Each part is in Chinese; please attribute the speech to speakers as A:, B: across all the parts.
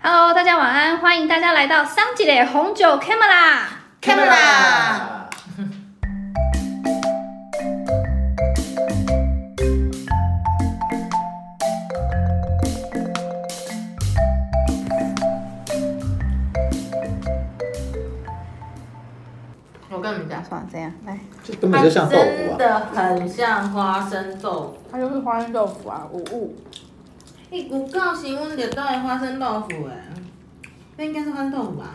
A: Hello，大家晚安，欢迎大家来到桑吉的红酒 Camera。
B: Camera 我跟你们讲，
C: 算了，怎样？来，
B: 这
D: 根本就像豆腐
B: 真
D: 啊！
B: 的很像花生豆腐。
C: 它就是花生豆腐啊，五物。
B: 你有够是阮着倒的花生豆腐诶，那应该是花生豆腐吧？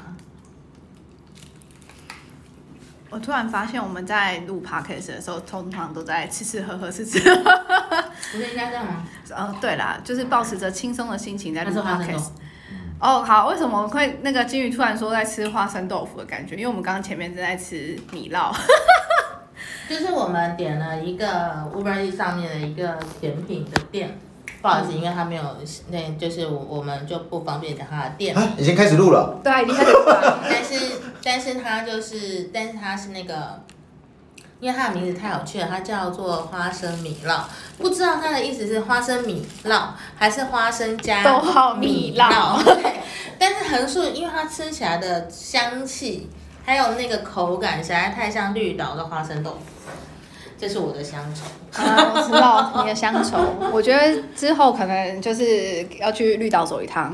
C: 我突然发现我们在录 podcast 的时候，通常都在吃吃喝喝，吃吃喝喝。
B: 不是应该这样吗？
C: 呃，对啦，就是保持着轻松的心情在
B: 那
C: 录
B: 是花生豆
C: podcast
B: 腐。。
C: 哦，好，为什么会那个金鱼突然说在吃花生豆腐的感觉？因为我们刚刚前面正在吃米酪，
B: 就是我们点了一个 Uber E 上面的一个甜品的店，不好意思，因为他没有那，就是我我们就不方便讲他的店名
D: 啊，已经开始录了，
C: 对啊，已经开始录了。
B: 但是但是它就是，但是它是那个，因为它的名字太有趣了，它叫做花生米酪。不知道它的意思是花生米酪还是花生加
C: 逗号米 酪
B: 对，但是横竖，因为它吃起来的香气还有那个口感，实在太像绿岛的花生豆腐。这是我的乡愁。
C: 啊，我知道你的乡愁。我觉得之后可能就是要去绿岛走一趟，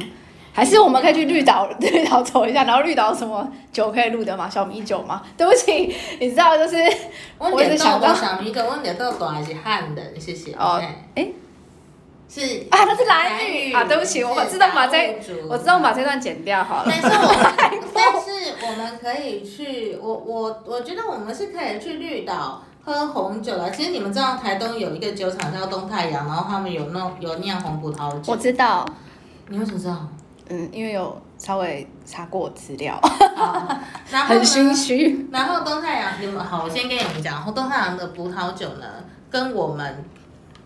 C: 还是我们可以去绿岛 绿岛走一下，然后绿岛有什么酒可以录的嘛？小米酒嘛？对不起，你知道就是
B: 我
C: 我一直
B: 点到
C: 想到
B: 我想一个，我点到短还是汉人，谢谢。
C: 哦
B: 哎，
C: 哎、
B: 是
C: 啊，那是蓝雨啊，对不起，我知道把这我知道
B: 马
C: 把这段剪掉好了
B: 但。是我们，但是我们可以去，我我我觉得我们是可以去绿岛喝红酒的。其实你们知道台东有一个酒厂叫东太阳，然后他们有弄有酿红葡萄
C: 我
B: 酒。
C: 知道，
B: 你为什么知道？
C: 嗯，因为有稍微查过资 料，
B: 好然后
C: 很
B: 呢？
C: 心虚。
B: 然后东太阳，你们好，我先跟你们讲，东太阳的葡萄酒呢，跟我们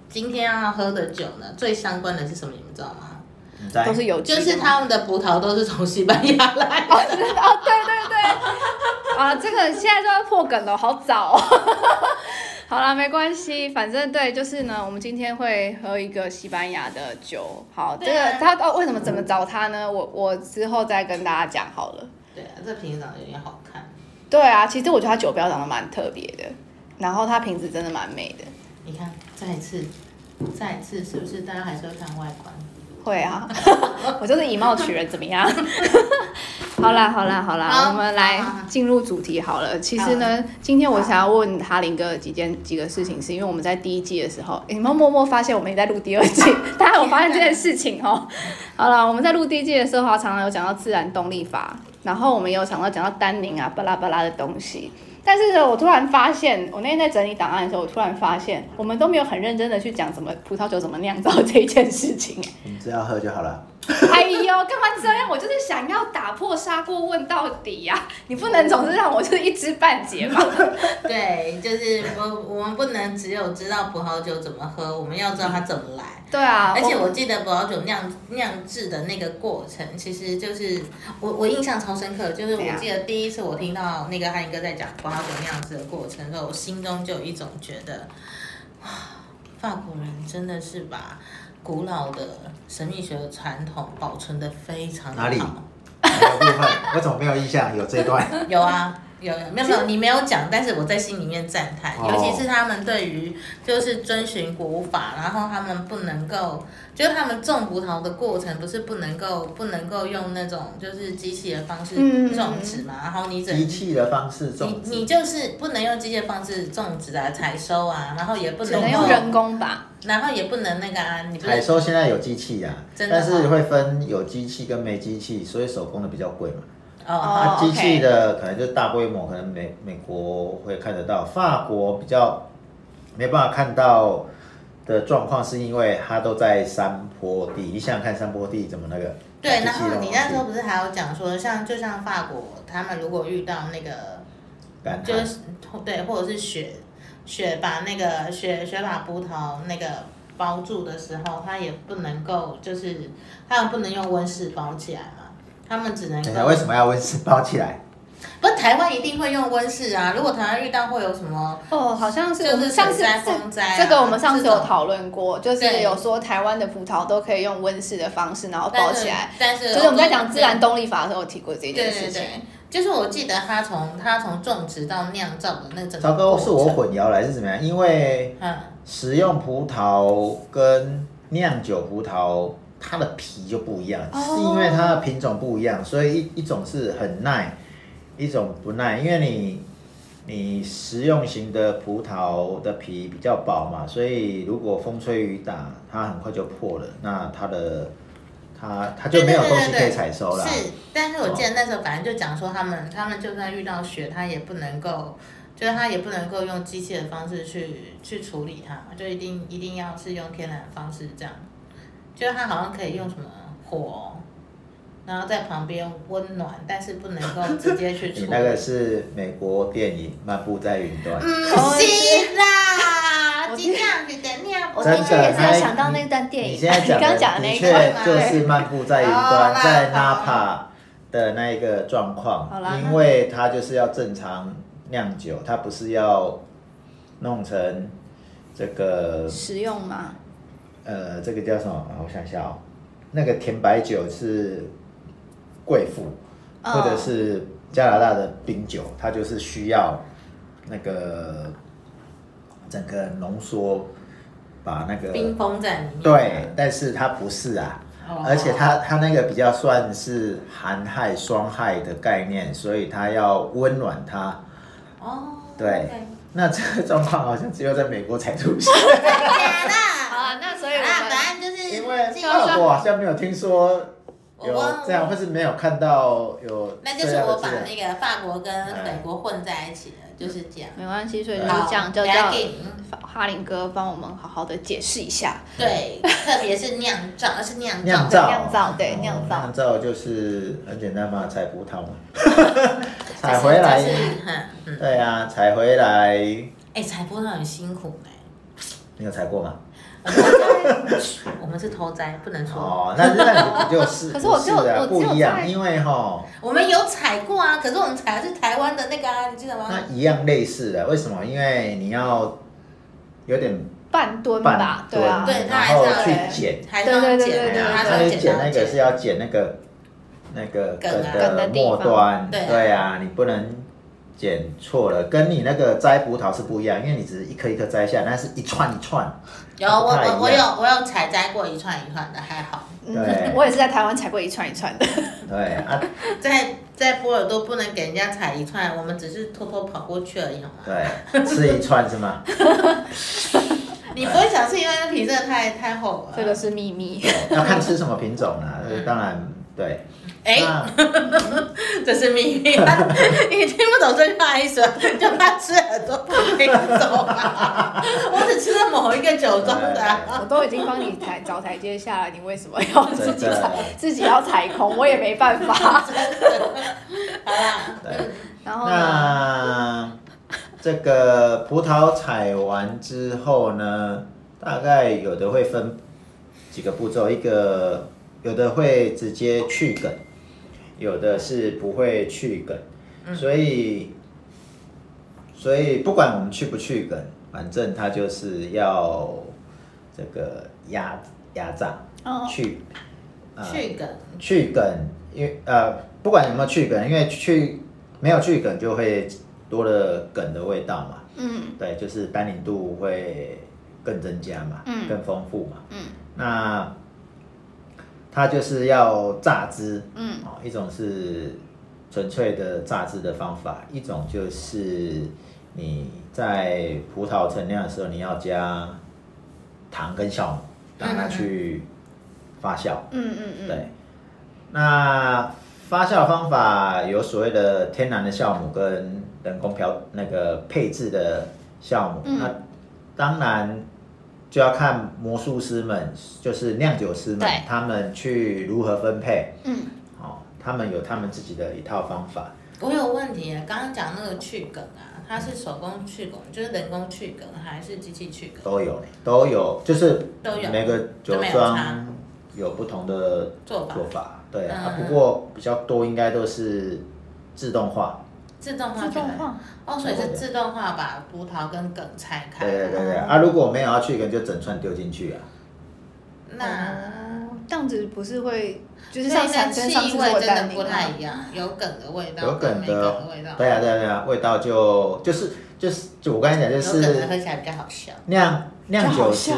B: 今天要喝的酒呢，最相关的是什么？你们知道吗？
D: 在
C: 都是有机
B: 就
C: 的
B: 是
C: 嘛
B: 他们的葡萄都是从西班牙来的。
C: 哦，对对对，啊，这个现在就要破梗了，好早、 哦。好啦，没关系，反正对，就是呢，我们今天会喝一个西班牙的酒。好，这
B: 对
C: 个
B: 啊
C: 他哦，为什么怎么找他呢？我我之后再跟大家讲好了。
B: 对啊，这瓶长得有点好看。
C: 对啊，其实我觉得他酒标长得蛮特别的，然后它瓶子真的蛮美的。
B: 你看，再一次，再一次，是不是大家还是会看外观？
C: 会啊， 我就是以貌取人，怎么样？ 好啦，好啦，好啦，
B: 好
C: 我们来
B: 好好好
C: 进入主题好了。其实呢，今天我想要问哈林哥几件几个事情，是因为我们在第一季的时候，诶你们默默发现我们也在录第二季， 大家有发现这件事 情哦？好了，我们在录第一季的时候，常常有讲到自然动力法，然后我们也有讲到讲到单宁啊，巴拉巴拉的东西。但是呢，我突然发现，我那天在整理档案的时候，我突然发现，我们都没有很认真的去讲怎么葡萄酒怎么酿造这一件事情。
D: 你只要喝就好了。
C: 哎呦，干嘛这样？我就是想要打破砂锅问到底呀、你不能总是让我就是一知半解嘛。
B: 对，就是我我们不能只有知道葡萄酒怎么喝，我们要知道它怎么来。
C: 对啊，
B: 而且我记得葡萄酒酿酿制的那个过程，其实就是我我印象超深刻，就是
C: 对
B: 我
C: 啊
B: 记得第一次我听到那个汉英哥在讲葡萄酒酿制的过程的时候，我心中就有一种觉得，哇，法国人真的是把古老的神秘学的传统保存的非常
D: 哪里
B: 好。
D: 哪个部分？ 我怎么没有印象有这一段？
B: 有啊，有有没有没有你没有讲，但是我在心里面赞叹，
D: 哦
B: 尤其是他们对于就是遵循国法，然后他们不能够，就是他们种葡萄的过程不是不能够不能够用那种就是机器的方式
C: 嗯
B: 种植嘛，然后你只
D: 机
B: 能。
D: 器的方式
B: 你
D: 种
B: 你
D: 植，
B: 就是不能用机械方式种植啊、采收啊，然后也不
C: 只
B: 能
C: 能用人工吧。
B: 然后也不能那个啊，你不
D: 采
B: 是
D: 收现在有机器啊，
B: 真的
D: 但
B: 吗
D: 是会分有机器跟没机器，所以手工的比较贵嘛。
B: 哦，
D: 啊，
C: 哦
D: 机器
C: OK
D: 的可能就大规模，可能美美国会看得到，法国比较没办法看到的状况，是因为它都在山坡地。你想想看，山坡地怎么那个？
B: 对，
D: 机
B: 然
D: 器
B: 后
D: 弄
B: 你
D: 上
B: 那
D: 去
B: 时候不是还有讲说，像就像法国，他们如果遇到那个
D: 干旱
B: 就是对，或者是雪雪把那个雪雪把葡萄那个包住的时候，它也不能够就是它们不能用温室包起来嘛，它们只能
D: 等一下，
B: 够
D: 为什么要温室包起来？
B: 不是台湾一定会用温室啊，如果台湾遇到会有什么？
C: 哦，好像是
B: 就是
C: 我们上次
B: 水灾
C: 这
B: 风灾啊
C: 这个我们上次有
B: 这种
C: 讨论过，就是
B: 对
C: 有说台湾的葡萄都可以用温室的方式，然后包起来。
B: 但是
C: 就
B: 但
C: 是
B: 是
C: 我们在讲自然动力法的时候有提过这
B: 对对
C: 件事情。
B: 对，就是我记得他从他从种植到酿造的那整个
D: 糟糕，是我
B: 过程
D: 混淆来是怎么样？因为
B: 嗯
D: 食用葡萄跟酿酒葡萄，它的皮就不一样，
C: 哦
D: 是因为它的品种不一样，所以一一种是很耐，一种不耐，因为你。你食用型的葡萄的皮比较薄嘛，所以如果风吹雨打，它很快就破了，那它的它它就没有
B: 对对对
D: 东西
B: 对
D: 可以采收哦了。
B: 是，但是我记得那时候反正就讲说他们他们就算遇到雪，他也不能够，就是他也不能够用机器的方式去去处理它嘛，就一定一定要是用天然的方式这样，就是它好像可以用什么火，然后在旁边温暖，但是不能够直接去处
D: 你
B: 理。
D: 那个是美国电影《漫步在云端》。
B: 不嗯是啦，
C: 我
B: 尽量给点量。
A: 我
D: 真
A: 刚
D: 的
A: 刚也是有
D: 他
A: 想到那段电
D: 你
A: 影，
D: 现在讲
C: 你刚讲的
D: 的
C: 那
D: 的
C: 一
D: 确
B: 段
D: 就
B: 吗
D: 是漫步在云
B: 哦
D: 端，
B: 那
D: 在
B: 好
D: Napa 的那一个状况
C: 好啦，
D: 因为它就是要正常酿酒，它不是要弄成这个
C: 食用嘛，
D: 呃这个叫什么？啊我想一下哦，那个甜白酒是贵妇，
C: 嗯
D: 或者是加拿大的冰酒，它就是需要那个整个浓缩，把那个
B: 冰封在里面。
D: 对，但是它不是啊，
B: 哦
D: 而且它它那个比较算是寒害、霜害的概念，所以它要温暖它。
B: 哦，
D: 对
B: OK
D: 那这个状况好像只有在美国才出 现，
B: 假的。
C: 好啊，那所以我
B: 啊，
C: 们
B: 反正就是
D: 因为哦
B: 进入
D: 法国好像没有听说
B: 我
D: 有
B: 忘了
D: 这样，或是没有看到有
B: 那就是
D: 这样的
B: 我把
D: 资料
B: 那个法国跟美国混在一起了，就是这样。
C: 没关系，所以就是
D: 嗯
B: 好
C: 这样，就
B: 不要
C: 叫
B: 紧
C: 哈林哥帮我们好好的解释一下。
B: 对，特别是酿造，呃是酿
D: 酿
B: 造。
D: 造，
C: 酿造对
D: 哦
C: 酿造
D: 酿造就是很简单嘛，采葡萄 嘛，采回来
B: 就，是嗯嗯，
D: 对啊，采回来，你
B: 哎，采葡萄很辛苦哎。
D: 有采过吗？
B: 我们是偷摘，不能说。
D: 哦，那那你就是，
C: 可是我只有
D: 不啊
C: 我只有
D: 不一
C: 在
D: 样，因为哈，
B: 我们有采过啊，可是我们采的是台湾的那个啊，你记得吗？
D: 那一样类似的，为什么？因为你要有点
C: 半吨吧
D: 半，
C: 对啊，
B: 对它
D: 然
B: 还是
D: 后
B: 要
D: 去
C: 来
D: 剪，
B: 台湾
C: 对对对
B: 剪
C: 对
B: 的，
D: 啊
B: 它
D: 那
B: 是
D: 你剪
B: 剪刀
D: 那个
B: 剪
D: 是要剪那个那个
B: 梗啊
C: 梗的
D: 的
C: 地
D: 末
C: 方
D: 端，
B: 对啊
D: 对啊，你不能剪错了，跟你那个摘葡萄是不一样，因为你只是一颗一颗摘下来，那是一串一串，
B: 有我
D: 不太
B: 我我
D: 一
B: 有
D: 样
B: 我有采摘过一串一串的，还好。
D: 对
C: 嗯， 我也是在台湾采过一串一串的。
D: 对啊，
B: 在在波尔多不能给人家采一串，我们只是偷偷跑过去而已，好吗？
D: 对，吃一串是吗？
B: 你不会想是因为那皮真的太太厚了。
C: 这个是秘密，
D: 要看吃什么品种 啦，呃当然对，
B: 哎、
D: 那
B: 这是秘密、啊，你听不懂这句话意思，就他吃很多不品种啊。我只吃了某一个酒庄的
D: 哎
B: 啊、
C: 我都已经帮你台找台阶下来，你为什么要自己
D: 真的
C: 踩自己要踩空？我也没办法。
B: 好啦，
D: 对。
C: 然后呢？
D: 那这个葡萄采完之后呢，大概有的会分几个步骤，一个有的会直接去梗，有的是不会去梗，
C: 嗯
D: 所以所以不管我们去不去梗，反正它就是要这个压压榨
C: 哦
D: 去呃
B: 去梗，
D: 去梗，因为呃，不管有没有去梗，因为去呃没有去梗就会多了梗的味道嘛。
C: 嗯
D: 对，就是单宁度会更增加嘛，
C: 嗯
D: 更丰富嘛。
C: 嗯
D: 那它就是要榨汁，
C: 嗯
D: 哦，一种是纯粹的榨汁的方法，一种就是你在葡萄陈酿的时候，你要加糖跟酵母，让它去发酵。
C: 嗯嗯嗯，
D: 对，那发酵方法有所谓的天然的酵母跟人工漂那个配置的酵母，
C: 嗯
D: 那当然就要看魔术师们，就是酿酒师们
C: 对，
D: 他们去如何分配
C: 嗯，
D: 哦，他们有他们自己的一套方法。
B: 我有问题啊，刚刚讲那个去梗啊，它是手工去梗，就是人工去梗，还是机器去梗？
D: 都有嘞，都有，就是
B: 都有
D: 每个酒
B: 都没有差
D: 庄有不同的
B: 做法
D: 做法，对啊。
B: 嗯
D: 不过比较多应该都是自动化，
B: 自动化
C: 自动
B: 全
C: 化，
B: 哦，所以是自动化把葡萄跟梗拆开。
D: 对对对对，啊，如果没有要去，可能就整串丢进去啊。
B: 那
C: 哦这样子不是会就是
B: 所以
C: 像
B: 那
C: 上
B: 气
C: 身上次
B: 味
C: 我
B: 真
C: 带
B: 的
C: 你
B: 不太一样，有梗的味道，
D: 有
B: 跟
D: 梗
B: 没梗
D: 的
B: 的味道。，
D: 对啊对啊对啊，味道就就是就是就我刚才讲就
B: 有梗的
D: 是
B: 喝起来比较好笑。
D: 酿酿
C: 就好
D: 酒师
C: 笑，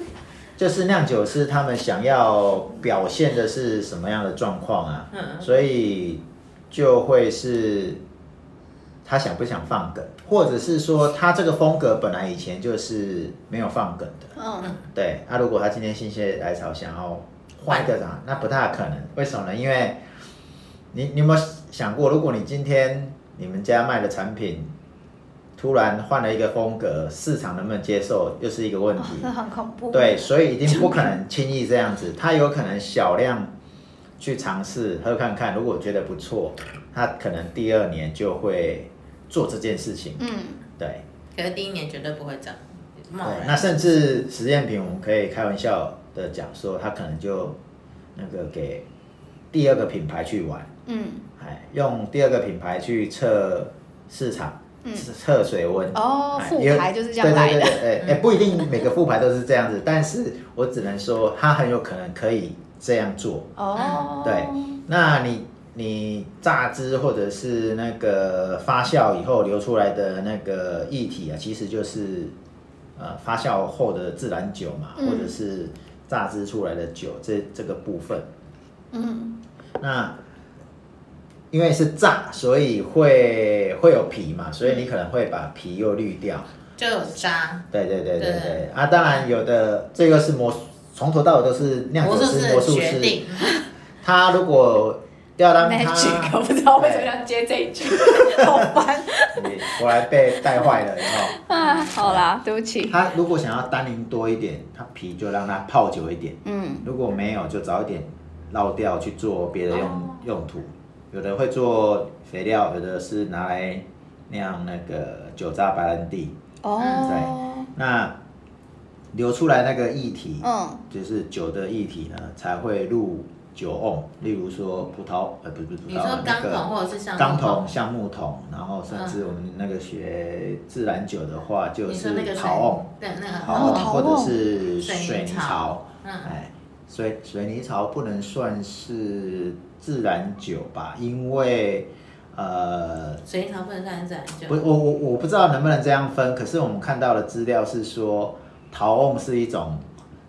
D: 就是酿酒师他们想要表现的是什么样的状况啊？
B: 嗯
D: 所以就会是他想不想放梗，或者是说他这个风格本来以前就是没有放梗的，
C: 嗯，
D: 对。那、如果他今天心血来潮想要换一个场，那不大可能。为什么呢？因为你你有没有想过，如果你今天你们家卖的产品突然换了一个风格，市场能不能接受，又是一个问
C: 哦
D: 题。
C: 这很恐怖。
D: 对，所以一定不可 能轻易这样子，他有可能小量去尝试喝看看，如果觉得不错，他可能第二年就会做这件事情。
C: 嗯，
D: 对，
B: 可是第一年绝对不会这样，
D: 对
B: 贸然。
D: 那甚至实验品，我们可以开玩笑的讲说，他可能就那个给第二个品牌去玩，
C: 嗯
D: 哎，用第二个品牌去测市场。
C: 嗯
D: 测水温
C: 哦
D: 哎
C: 复
D: 因为
C: 牌就是这样来的嗯
D: 对对对对，哎、哎不一定每个复牌都是这样子，但是我只能说他很有可能可以这样做。
C: 哦，
D: 对，那你你榨汁或者是那个发酵以后流出来的那个液体啊，其实就是呃发酵后的自然酒嘛，
C: 嗯
D: 或者是榨汁出来的酒这这个部分。
C: 嗯
D: 那因为是榨，所以会会有皮嘛，所以你可能会把皮又滤掉。
B: 就有渣，
D: 对对对对
B: 对
D: 对啊！当然有的，这个是魔，从头到尾都是酿酒
B: 魔术
D: 师、魔
B: 师
D: 术
B: 决
D: 师。
B: 定，
D: 他如果要让他
C: ，magic，我不哦知道为什么要接这一句，好烦
D: 你果然被带坏了，然后
C: 啊！好啦，对不起，
D: 他如果想要单宁多一点，他皮就让它泡久一点；
C: 嗯
D: 如果没有，就早一点捞掉去做别的用、
C: 哦
D: 用途。有的会做肥料，有的是拿来酿那个酒渣白兰地。
C: 哦，
D: 那流出来那个液体，
C: 嗯
D: 就是酒的液体呢，才会入酒瓮。例如说葡萄，呃，不不是葡
B: 你
D: 萄
B: 说
D: 啊，
B: 钢
D: 那
B: 桶
D: 个
B: 或者是橡
D: 钢
B: 木桶嗯
D: 桶、橡木桶，然后甚至我们那个学自然酒的话，就
B: 你
D: 是
B: 说那个水
D: 陶瓮，，
B: 对那个
D: 陶瓮
C: 陶
D: 或者
C: 瓮
D: 是
B: 水
D: 水
B: 泥
D: 泥
B: 槽
D: 槽，
B: 嗯，
D: 哎，水水泥槽不能算是自然酒吧，因为呃，
B: 水银桃不能算染就
D: 不，我我我不知道能不能这样分，可是我们看到的资料是说，陶瓮是一种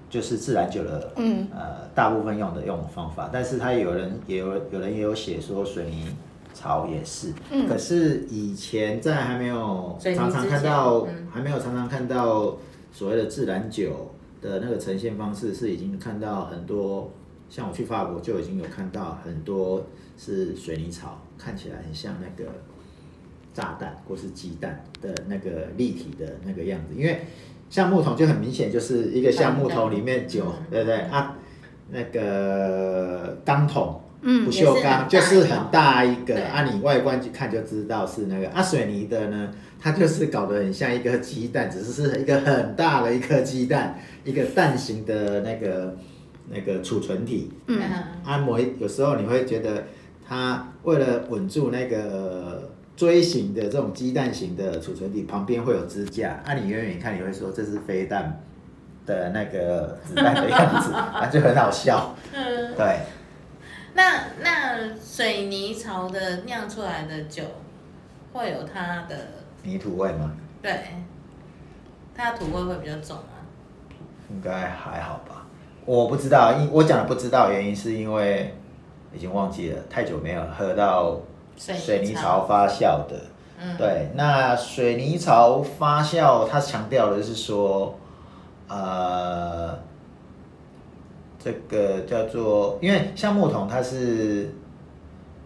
D: 就是自然酒的，
C: 嗯
D: 呃，大部分用的用方法，但是它有人也有有人也有写说水泥槽也是，
C: 嗯
D: 可是以前在还没有
B: 水泥
D: 常常
B: 之
D: 看
B: 前
D: 到、
B: 嗯
D: 还没有常常看到所谓的自然酒的那个呈现方式，是已经看到很多。像我去法国就已经有看到很多是水泥槽，看起来很像那个炸弹或是鸡蛋的那个立体的那个样子，因为橡木桶就很明显就是一个橡木桶里面酒，
B: 嗯
D: 对不对啊？那个钢桶，不
C: 嗯
D: 锈钢
B: 也
D: 就是是
B: 很
D: 很
B: 大
D: 大
B: 一
D: 一
B: 个
D: 个，啊，你外观去看就知道是那个啊，水泥的呢，它就是搞得很像一个鸡蛋，只是是一个很大的一个鸡蛋，一个蛋形的那个那个储存体，
C: 嗯，
D: 按摩有时候你会觉得它为了稳住那个锥形的这种鸡蛋型的储存体，旁边会有支架，啊，你远远看你会说这是飞弹的那个子弹的样子，啊，就很好笑。
B: 嗯，
D: 对，
B: 那那水泥槽的酿出来的酒会有它的
D: 泥土味吗？
B: 对，它的土味会比较重啊。
D: 应该还好吧，我不知道，因我讲的不知道原因是因为已经忘记了，太久没有喝到水泥槽，发酵的。
B: 嗯，
D: 对，那水泥槽发酵，它强调的是说，呃，这个叫做，因为橡木桶它是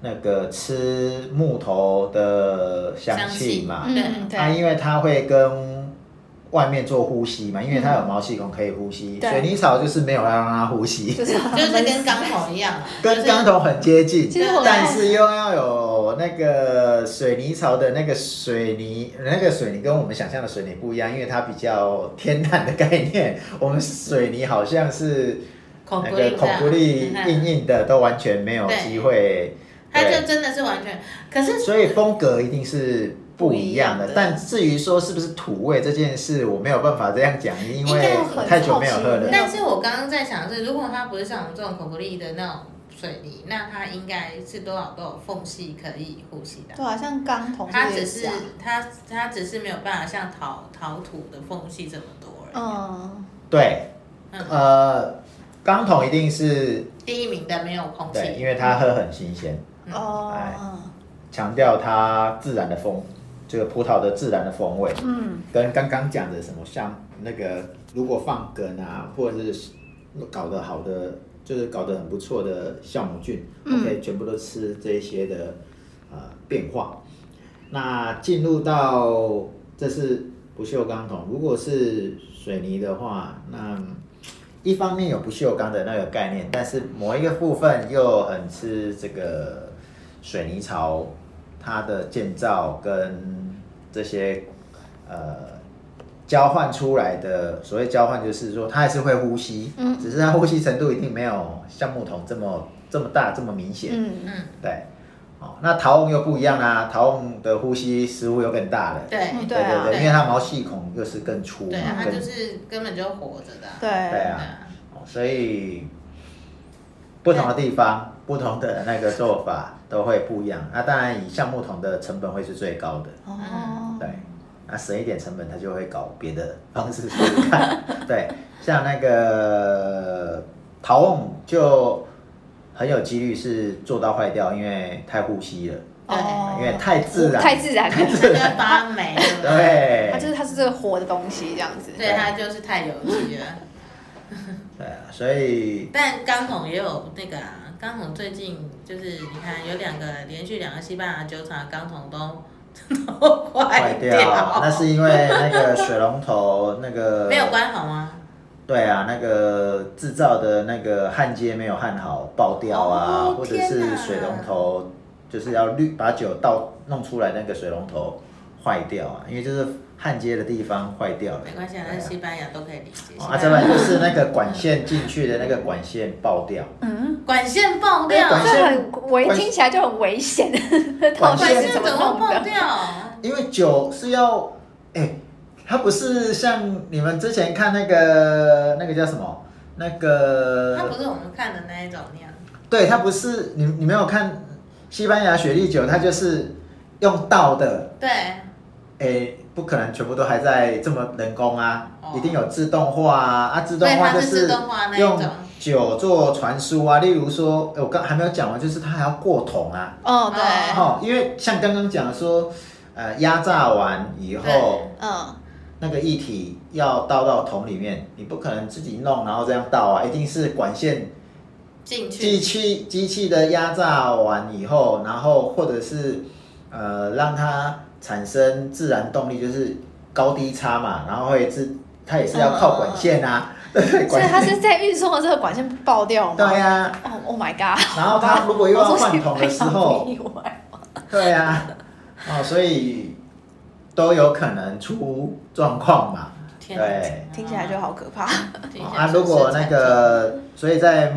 D: 那个吃木头的香气嘛，
B: 香气
C: 嗯
D: 它、
C: 对，
D: 因为它会跟外面做呼吸嘛，因为它有毛细孔可以呼吸，
C: 嗯对
D: 水泥槽就是没有让它呼吸，
C: 就是
B: 就是跟钢桶一样啊，
D: 跟钢桶很接近，
C: 其实我
D: 但是又要有那个水泥槽的那个水泥，那个水泥跟我们想象的水泥不一样，因为它比较天然的概念。我们水泥好像是
B: 孔
D: 那
B: 布
D: 个
B: 力这
D: 孔
B: 样嗯
D: 布力硬硬的，都完全没有
B: 对
D: 机会
B: 它
D: 对
B: 就真的是完全，可是
D: 所以风格一定是不一样的。
B: 不一样的
D: 但至于说是不是土味这件事，我没有办法这样讲，因
C: 应该
D: 为
C: 有很
D: 太久没有
C: 好奇
D: 喝了。
B: 但是我刚刚在想的是，如果它不是像我们这种口服力的那种水泥，那它应该是多少都有缝隙可以呼吸的。
C: 对啊，像钢桶
B: 它
C: 这
B: 只
C: 也是
B: 是
C: 啊
B: 它它只是没有办法像陶陶土的缝隙这么多而已。
C: 嗯，
D: 对，
B: 嗯
D: 呃，钢桶一定是
B: 第一名的没有空
D: 对，因
B: 气，
D: 为它喝很新鲜，
B: 嗯
D: 哎
C: 哦，
D: 强调它自然的风，这个葡萄的自然的风味，
C: 嗯，
D: 跟刚刚讲的什么像那个如果放梗啊，或者是搞得好的，就是搞得很不错的酵母菌、
C: 嗯
D: o k 全部都吃这一些的呃变化。那进入到这是不锈钢桶，如果是水泥的话，那一方面有不锈钢的那个概念，但是某一个部分又很吃这个水泥槽它的建造跟这些呃交换出来的所谓交换，就是说它还是会呼吸，
C: 嗯
D: 只是它呼吸程度一定没有像木桶这么这么大这么明显，
C: 嗯，
B: 嗯，
D: 对。哦，那陶瓮又不一样啦、陶瓮的呼吸似乎又更大了，
B: 对
C: 嗯
D: 对
C: 对啊
D: 对，因为嗯它毛细孔又是更粗嘛
B: 对，啊，它
D: 更
B: 就是根本就活着的啊。
D: 对
C: 对，
D: 啊
B: 对啊
D: 哦所以不同的地方、不同的那个做法都会不一样。那、当然，以橡木桶的成本会是最高的，
C: 哦，
D: 对。那省一点成本，他就会搞别的方式试试看。对，像那个陶瓮就很有几率是做到坏掉，因为太呼吸了，
C: 哦
D: 因为太自然，
C: 太自然了，
B: 它就会发霉，对不对？
D: 对
C: 它就是它是这个活的东西这样子，
B: 对，它就是太有机了。
D: 对啊，所以
B: 但刚统也有那个啊，刚统最近就是你看有两个连续两个西班牙酒厂的钢桶都都
D: 坏
B: 坏
D: 掉，那是因为那个水龙头那个
B: 没有关好吗？
D: 对啊，那个制造的那个焊接没有焊好，爆掉啊，
B: 哦
D: 或者
B: 天哪
D: 是水龙头就是要滤把酒倒弄出来那个水龙头坏掉啊，因为就是焊接的地方坏掉了。
B: 没关系啊，
D: 对
B: 那
D: 啊
B: 西班牙都可以理解。
D: 哦啊，再来就是那个管线进去的那个管线爆掉，
C: 嗯，
B: 管线爆掉，
D: 管
C: 这
D: 线
C: 很危，
D: 关
C: 听起来就很危险，到
D: 哎 管
B: 管
C: 底是
B: 线怎
C: 怎么
B: 么
C: 弄
B: 会爆
C: 的？
B: 掉？
D: 因为酒是要，哎、它不是像你们之前看那个那个叫什么那个，
B: 它不是我们看的那一种那样。
D: 对，它不是你你没有看西班牙雪莉酒，它就是用倒的，
B: 对，
D: 诶，不可能全部都还在这么人工啊，
B: 哦
D: 一定有自动化啊，啊，自动化
B: 对它
D: 就是
B: 自动化那一种
D: 用酒做传输啊，例如说，诶我刚还没有讲完，就是它还要过桶啊，
C: 哦，对，
D: 哦，因为像刚刚讲说，呃，压榨完以后
B: 对。
C: 嗯，
D: 那个液体要倒到桶里面，你不可能自己弄然后这样倒啊，一定是管线
B: 进
D: 机
B: 去。
D: 器机器的压榨完以后，然后或者是呃让它产生自然动力，就是高低差嘛，然后会自它也是要靠管线啊，对不对？
C: 哦所以
D: 管
C: 它是在运送的时候管线爆掉吗？
D: 对呀、
C: 哦，Oh my god！
D: 然后它如果又要换桶的时
C: 我说
D: 候，
C: 西班牙不意外
D: 对呀、哦，所以都有可能出状况嘛，
B: 天哪
D: 对。
C: 听起来就好可怕。
B: 听
D: 哦
B: 起来
D: 啊，如果那个，所以在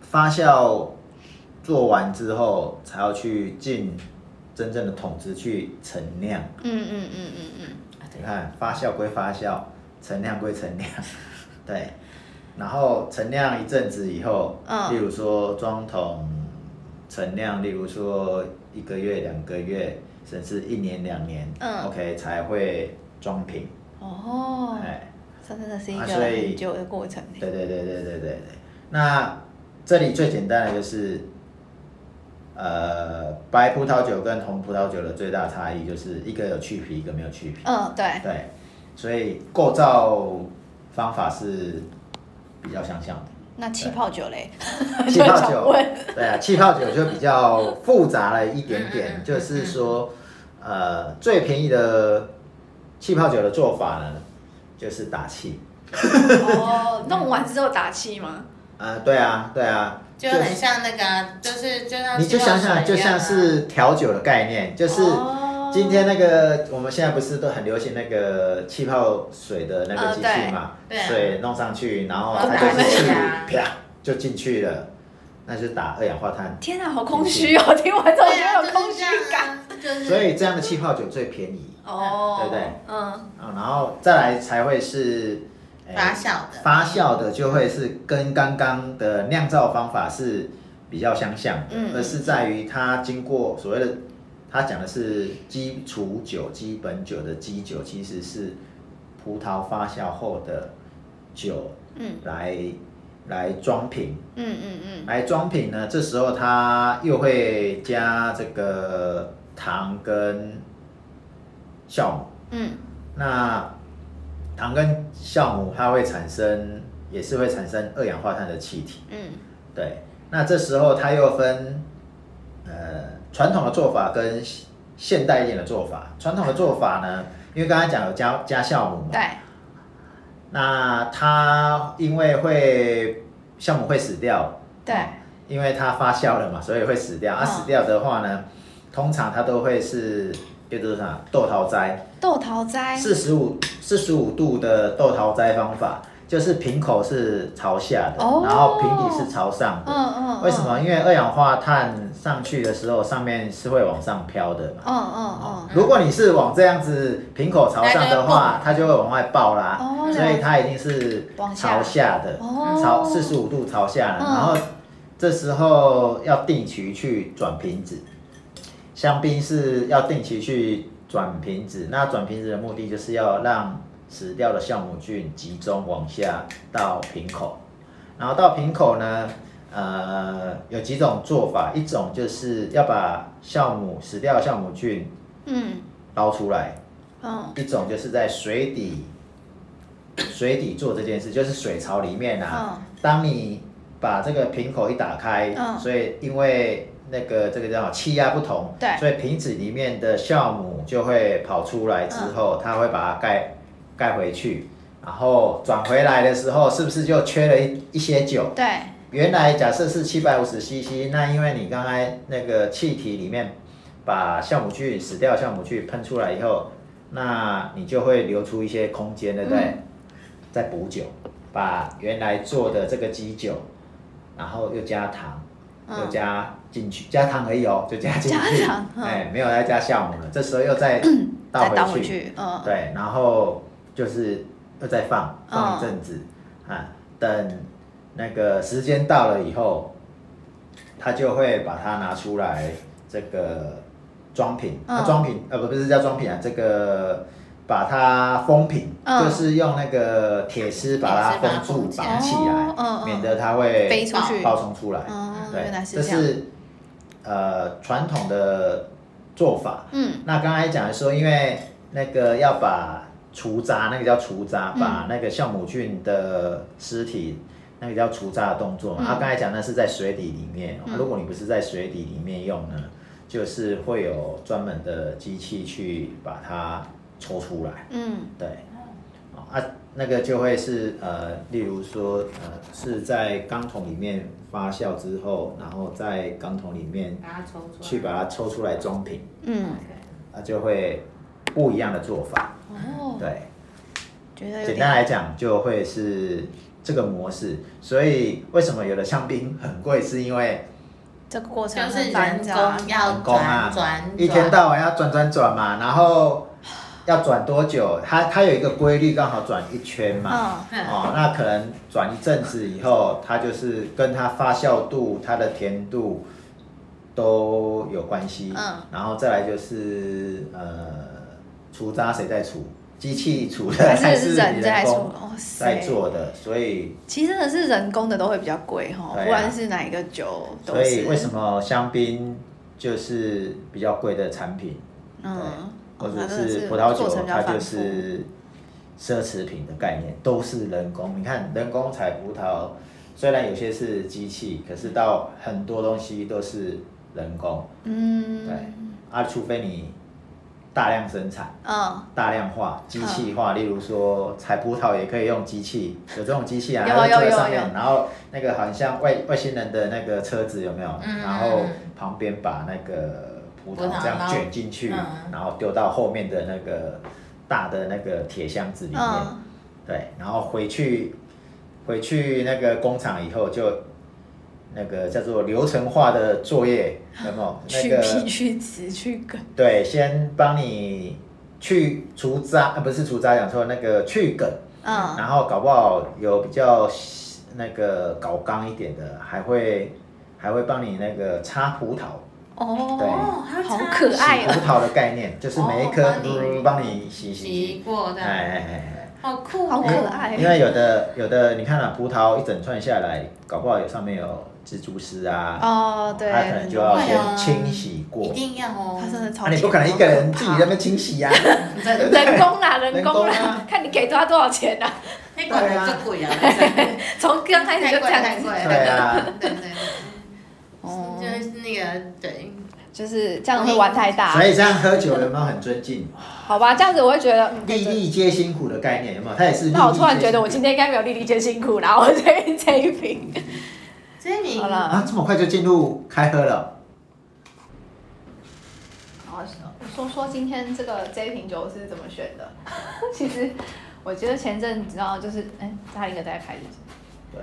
D: 发酵做完之后，才要去进真正的桶子去陈酿。
C: 嗯嗯嗯嗯嗯，
B: 啊
D: 你看，发酵归发酵，陈酿归陈酿，对。然后陈酿一阵子以后，
C: 嗯
D: 例如说装桶陈酿，例如说一个月、两个月，甚至一年、两年、
C: 嗯
D: o k 才会装瓶。
C: 哦，
D: 哎、
C: 这真的是一个
D: 啊所以
C: 很久的过程。
D: 对对对对对对对。那这里最简单的就是，呃，白葡萄酒跟红葡萄酒的最大差异就是一个有去皮，一个没有去皮。
C: 嗯，对，
D: 对，所以构造方法是比较相像的。
C: 那气泡酒嘞？
D: 气泡
C: 就想
D: 酒
C: 问，
D: 对啊，气泡酒就比较复杂了一点
B: 嗯嗯
D: 点，
B: 嗯
D: 就是说，呃，最便宜的气泡酒的做法呢，就是打气。
C: 哦，弄完之后打气吗？
D: 啊、对啊，对啊，
B: 就很像那个啊，就是就像
D: 你就想想，
B: 气泡水
D: 就
B: 一样啊
D: 像是调酒的概念，就是
C: 哦
D: 今天那个我们现在不是都很流行那个气泡水的那个机器嘛，
B: 哦嗯对对
D: 水弄上去，然后
B: 然后
D: 它就是
B: 打
D: 气
B: 气啊
D: 啪就进去了。那就是打二氧化碳。
C: 天啊，好空虚哦！听 完之后
B: 对
C: 觉
B: 啊，
C: 得有
B: 就
C: 空
B: 是
C: 虚
B: 这样
C: 感。
B: 啊，就是
D: 所以这样的气泡酒最便宜
C: 哦，
D: 对不对？
C: 嗯，
D: 啊，然后再来才会是、哎
B: 发酵的
D: 发酵的就会是跟刚刚的酿造方法是比较相像的，
B: 嗯
D: 而是在于它经过所谓的，它讲的是基础酒、基本酒的基酒其实是葡萄发酵后的酒
B: 嗯
D: 来来装瓶，
B: 嗯嗯
D: 来装瓶呢，这时候它又会加这个糖跟酵母。
B: 嗯
D: 那糖跟酵母它会产生，也是会产生二氧化碳的气体。
B: 嗯
D: 对，那这时候它又分，呃，传统的做法跟现现代一点的做法。传统的做法呢，因为刚才讲有加加酵母嘛，
C: 对，
D: 那它因为会酵母会死掉，
C: 对，
D: 因为它发酵了嘛，所以会死掉。啊，
C: 嗯
D: 死掉的话呢，通常它都会是，叫做啥豆桃斋。
C: 豆桃斋，
D: 四十五四十五度的豆桃栽方法，就是瓶口是朝下的，
C: 哦
D: 然后瓶底是朝上的。
C: 嗯嗯，
D: 为什么？因为二氧化碳上去的时候，上面是会往上飘的嘛。
C: 嗯？嗯嗯
D: 如果你是往这样子瓶口朝上的话，它就会往外爆啦，
C: 哦了解
D: 所以它一定是
C: 往下
D: 朝下的，
C: 哦
D: 朝四十五度朝下的，
C: 嗯
D: 然后这时候要定期去转瓶子，香槟是要定期去转瓶子，那转瓶子的目的就是要让死掉的酵母菌集中往下到瓶口，然后到瓶口呢，呃，有几种做法，一种就是要把酵母死掉的酵母菌
C: 嗯
D: 捞出来，
C: 嗯
D: 一种就是在水底，水底做这件事，就是水槽里面啊。当你把这个瓶口一打开，
C: 嗯
D: 所以因为那个这个叫什么气压不同，
C: 对
D: 所以瓶子里面的酵母就会跑出来之
C: 嗯
D: 后，它会把它盖盖回去，然后转回来的时候，是不是就缺了一一些酒？
C: 对，
D: 原来假设是七百五十 CC，那因为你刚才那个气体里面把酵母菌死掉的酵母菌喷出来以后，那你就会留出一些空间，对不对？
C: 嗯
D: 再补酒，把原来做的这个基酒，然后又加糖，
C: 嗯
D: 又加进去，加糖而已哦，就加进去，
C: 加糖嗯
D: 哎，没有再加酵母了。这时候又再
C: 再倒
D: 倒
C: 回
D: 回去，
C: 去，嗯
D: 对，然后就是又再放放一阵子、啊，等那个时间到了以后，他就会把它拿出来这个装瓶，
C: 嗯
D: 啊装瓶呃不不是叫装瓶啊，这个把它封瓶，
C: 嗯
D: 就是用那个铁丝把它
B: 铁丝把它
D: 封住
B: 封起来
D: 绑起来，
C: 哦嗯嗯
D: 免得它会
C: 飞出去
D: 爆冲出来。
C: 哦，
D: 对
C: 原来，
D: 这
C: 是这样，
D: 是呃传统的做法。
C: 嗯
D: 那刚才讲的说，因为那个要把除渣，那个叫除渣，把那个酵母菌的尸体，那个叫除渣的动作嘛。啊
C: 嗯
D: 他刚、才讲那是在水底里面、哦如果你不是在水底里面用呢，就是会有专门的机器去把它抽出来。
C: 嗯
D: 对，哦啊，那个就会是呃，例如说呃，是在钢桶里面发酵之后，然后在钢桶里面
B: 把它抽出来，
D: 去把它抽出来装瓶。
C: 嗯，
D: 那就会不一样的做法。
C: 哦，
D: 对，
C: 觉得有
D: 简单来
C: 点，
D: 讲就会是这个模式。所以为什么有的香槟很贵，是因为
C: 这个过程
B: 就是
C: 很
B: 人
C: 繁杂，
B: 工要
D: 人工啊
B: 转转，
D: 一天到晚要转转转嘛，然后要转多久？它它有一个规律，刚好转一圈嘛。
C: 嗯
B: 嗯
D: 哦，那可能转一阵子以后，它就是跟它发酵度、它的甜度都有关系。
C: 嗯，
D: 然后再来就是呃，除渣谁在除？机器除的
C: 还
D: 是
C: 是人在
D: 工
C: 做，哦
D: 在
C: 塞，
D: 做的，所以
C: 其实真的是人工的都会比较贵哈，
D: 对啊
C: 不管是哪一个酒都
D: 所
C: 是，
D: 以为什么香槟就是比较贵的产品，
C: 嗯，
D: 或
C: 哦
D: 者
C: 它真的
D: 是
C: 是
D: 葡萄
C: 做
D: 酒
C: 成，比较
D: 它就
C: 繁复
D: 是奢侈品的概念，都是人工。你看人工采葡萄，虽然有些是机器，可是到很多东西都是人工，
C: 嗯，
D: 对，啊，除非你大量生产。
C: 嗯，
D: 大量化、机器化，例如说采葡萄也可以用机器，有这种机器啊，
C: 有
D: 它会坐在
C: 有有
D: 上面
C: 有
D: 然后那个好像外外星人的那个车子有没有？
B: 嗯
D: 然后旁边把那个葡萄这样卷进去，
B: 葡萄嗯
D: 然后丢到后面的那个大的那个铁箱子里面，
C: 嗯，
D: 对，然后回去回去那个工厂以后就那个叫做流程化的作业，有没有？那
C: 去
D: 个
C: 皮去籽去梗，
D: 对，先帮你去除渣，呃、不是除渣，讲错，那个去梗，
B: 啊
C: 嗯，
D: 然后搞不好有比较那个搞刚一点的，还会还会帮你那个插葡萄，
C: 哦，
B: 哦，还有
C: 好
B: 插
C: 可爱
D: 洗葡
C: 哦，
D: 萄的概念，就是每一颗
B: 哦帮你
D: 嗯帮你洗洗
B: 洗
D: 洗，
B: 过
D: 哎
B: 的，
D: 哎哎哎。
B: 好酷、哦，
C: 好可爱
D: 因为有的有的，你看啊，葡萄一整串下来，搞不好有上面有蜘蛛丝啊，
C: 哦，对，
D: 它可能就要
B: 会啊
D: 先清洗过
B: 一。定要哦，
C: 它真的超
D: 啊，
C: 级
D: 你不可能一个人自己在那边清洗呀、啊，
B: 真的
C: 人 工啦，人
D: 人
C: 工
D: 工
C: 啦，
D: 啊
C: 看你给多他多少钱啦、
B: 那管
D: 对啊
B: 得这鬼 啊，太
C: 从刚开始就
B: 贵
C: 这
B: 太
C: 样
B: 贵
C: 子，
B: 了，
D: 对啊，
B: 对对对，
C: 哦，
B: 就是那个对，
C: 就是这样会玩太大
D: 所，以这样喝酒有没有很尊敬？
C: 好吧，这样子我会觉得，嗯
D: 粒粒皆辛苦的概念有没有？它也是粒粒皆辛苦。
C: 那我突然觉得我今天应该没有莉莉姐辛苦啦，我这一 这一瓶，
B: 所以你
C: 好了，
D: 啊这么快就进入开喝了，
C: 好，说说今天这个这一瓶酒是怎么选的？ 其实我觉得前阵子，然后就是，哎、大林哥在开始，
D: 对，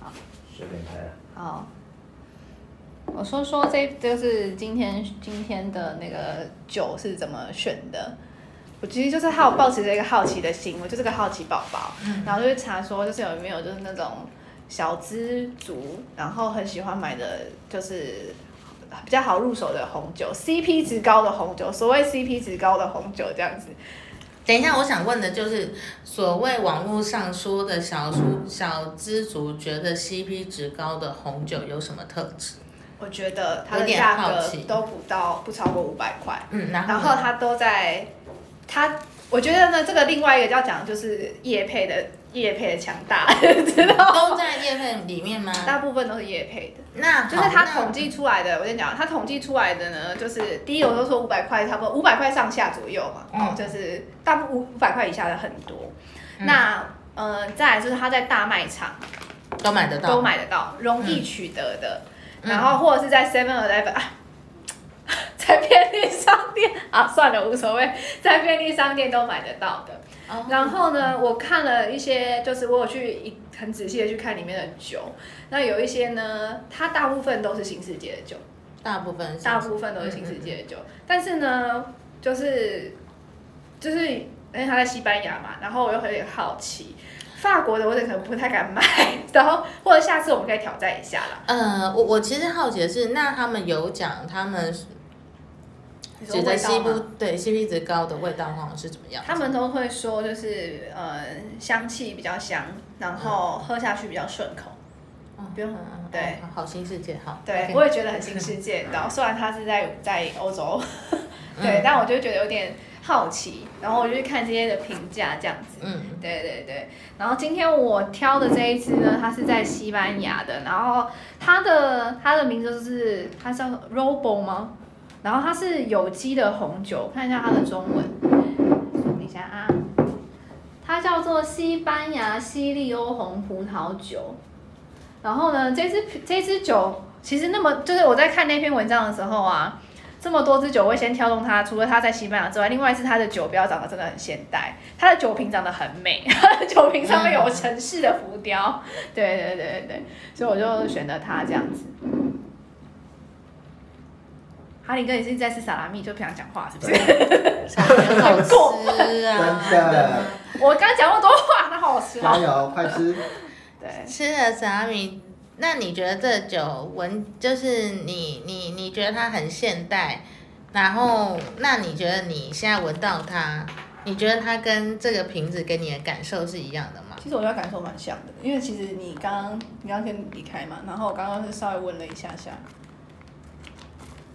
C: 好，
D: 随便开 了。
C: 好，我说说这就是今天今天的那个酒是怎么选的。我其实就是好抱持着一个好奇的心，我就是个好奇宝宝，然后就去查说就是有没有就是那种小资族，然后很喜欢买的就是比较好入手的红酒，CP 值高的红酒，所谓 CP 值高的红酒这样子。
B: 等一下，我想问的就是，所谓网络上说的小叔小资族觉得 CP 值高的红酒有什么特质？
C: 我觉得它
B: 有
C: 的
B: 点
C: 价
B: 好
C: 格
B: 奇
C: 都不到不超过五百块，
B: 嗯，然
C: 然
B: 后
C: 后
B: 呢
C: 他都在他，我觉得呢，这个另外一个要讲的就是叶配的叶配的强大，知道
B: 都
C: 吗？
B: 在叶片里面吗？
C: 大部分都是叶配的，
B: 那
C: 就是他统
B: 计
C: 计出来的。我先讲，他统计出来的呢，就是第一，我都说五百块，差不多五百块上下左右嘛，哦
B: 嗯
C: 就是大部五五百块以下的很多。那呃，再来就是他在大卖场
B: 都买得到，
C: 都买得到，容易取得的，
B: 嗯
C: 然后或者是在 Seven Eleven 啊。 在便利商店 啊，算了，无所谓， 在便利商店都买得到的。
B: 哦。
C: 然后呢，我看了一些，就是我有去一很仔细的去看里面的酒，那有一些呢，它大部分都是新世界的酒，
B: 大部分是
C: 大部分都是新世界的酒，但是呢，就是就是因为它在西班牙嘛，然后我又有点好奇，法国的我可能不太敢买，然后或者下次我们可以挑战一下啦。
B: 呃，我我其实好奇的是，那他们有讲他们
C: 你说
B: 觉得
C: 味
B: C
C: 道
B: 不
C: 吗？
B: 对 CP 值高的味道好像是怎么样？
C: 他们都会说就是呃香气比较香，然后喝下去比较顺口。
B: 嗯
C: 不用
B: 嗯嗯
C: 对
B: 哦好新世界好，
C: 对
B: OK
C: 我也觉得很新世 界，你知道，虽然它是在在欧洲， 对，
B: 嗯
C: 但我就觉得有点好奇，然后我就去看这些的评价这样子。
B: 嗯，
C: 对对对，然后今天我挑的这一支呢，它是在西班牙的，然后它的它的名字就是它叫 Robo 吗？然后它是有机的红酒，看一下它的中文，等一下啊，它叫做西班牙西利欧红葡萄酒。然后呢，这支这支酒其实那么就是我在看那篇文章的时候啊，这么多支酒我会先挑中它，除了它在西班牙之外，另外是它的酒标长得真的很现代，它的酒瓶长得很美， 它的酒瓶上面有城市的浮雕，对对对对对，所以我就选择它这样子。哈林哥，你是在吃萨拉米就不想讲话是不是？
B: 很好吃啊，
D: 真的，
C: 我刚讲那么多话，那好好吃
D: 加
C: 哦。
D: 油，快吃！
C: 对，
B: 吃了啥米？那你觉得这酒闻就是你你你觉得它很现代，然后那你觉得你现在闻到它，你觉得它跟这个瓶子给你的感受是一样的吗？
C: 其实我觉得感受蛮像的，因为其实你刚刚你刚刚先离开嘛，然后我刚刚是稍微闻了一下下，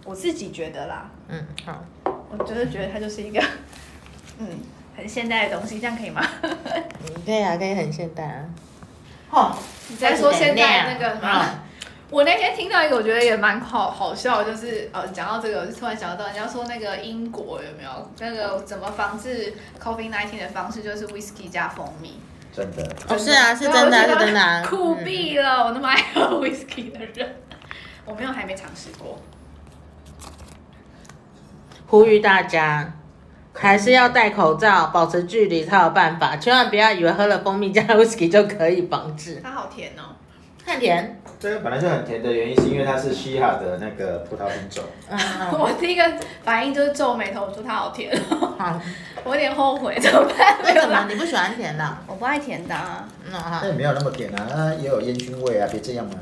C: 我自己觉得啦，
B: 嗯，好，
C: 我就是觉得它就是一个，嗯，很现代的东西，这样可以吗？
B: 你可以啊，可以很现代啊。
C: 哦，你在说现在那个啊
B: 嗯
C: 什么？我那天听到一个，我觉得也蛮好好笑，就是呃，讲到这个，我就突然想到人家说那个英国有没有那个怎么防治 COVID 1 9的方式，就是 whisky 加蜂蜜。
D: 真的，
B: 哦，是啊，是真的啊，是
C: 对我觉得
B: 真的啊。
C: 酷
B: 嗯
C: 毙了！我那么爱喝 whisky 的人，我没有还没尝试过。
B: 呼吁大家，还是要戴口罩，保持距离才有办法，千万不要以为喝了蜂蜜加 whisky 就可以防治。
C: 它好甜哦，
B: 太甜，
D: 这个本来就很甜的原因，是因为它是西哈的那个葡萄品种。
B: 嗯，
C: 我第一个反应就是皱眉头，我说它好甜，哦
B: 好。
C: 我有点后悔，怎么办？
B: 为什么你不喜欢甜的啊？
C: 我不爱甜的、啊，
B: 嗯好
D: 那也没有那么甜啊，啊也有烟熏味啊，别这样嘛、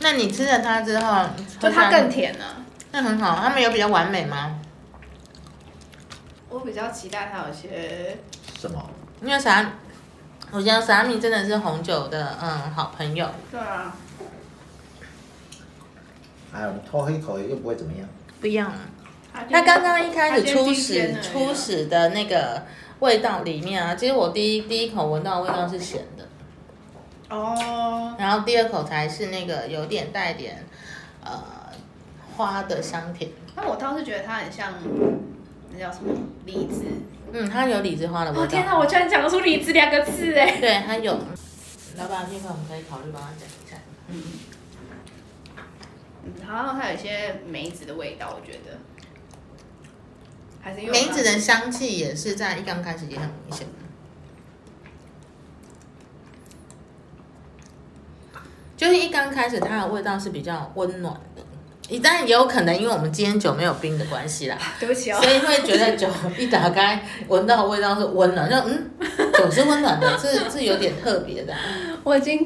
B: 那你吃了它之后，
C: 就它更，甜啊呢、
B: 那很好。它们有比较完美吗？
C: 我比较期待它有些
D: 什么？
B: 因为啥？我觉得萨米真的是红酒的嗯好朋友，
C: 对啊，
D: 哎，我们偷喝一口又不会怎么样。
B: 不一样。
C: 它
B: 它刚刚一开始初始
C: 始
B: 初始的那个味道里面啊，其实我第一第一口闻到的味道是咸的，
C: 哦，
B: 然后第二口才是那个有点带点呃花的香甜，
C: 那我倒是觉得它很像那叫什么梨子。
B: 嗯，它有李子花的味道。
C: 哦天哪，我居然讲得出梨子两个字哎！
B: 对，它有。老板，这个我们可以考虑帮他讲一下。
C: 嗯，好像它有一些梅子的味道，我觉得。还是因为我
B: 梅子的香气也是在一刚开始也很明显。就是一刚开始，它的味道是比较温暖的，一但也有可能因为我们今天酒没有冰的关系啦，
C: 对不起哦
B: 所，以会觉得酒一打开闻到的味道是温暖，就嗯，酒是温 暖的，这这有点特别的啊、
C: 我已经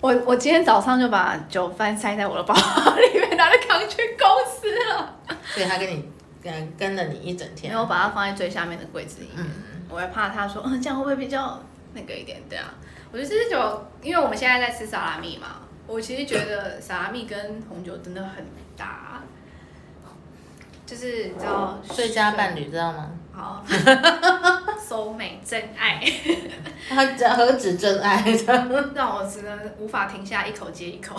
C: 我我今天早上就把酒饭塞在我的包包里面，拿着扛去公司了。
B: 所以他跟你跟跟了你一整天啊
C: 因为。我把它放在最下面的柜子里面，
B: 嗯，
C: 我还怕他说，嗯，这样会不会比较那个一点？对啊，我觉得这支酒，因为我们现在在吃萨拉米嘛，我其实觉得萨拉米跟红酒真的很搭，就是你知道
B: 最佳伴侣知道吗？
C: 好，soul mate 真爱，
B: 他何止真爱？
C: 让我真的无法停下，一口接一口，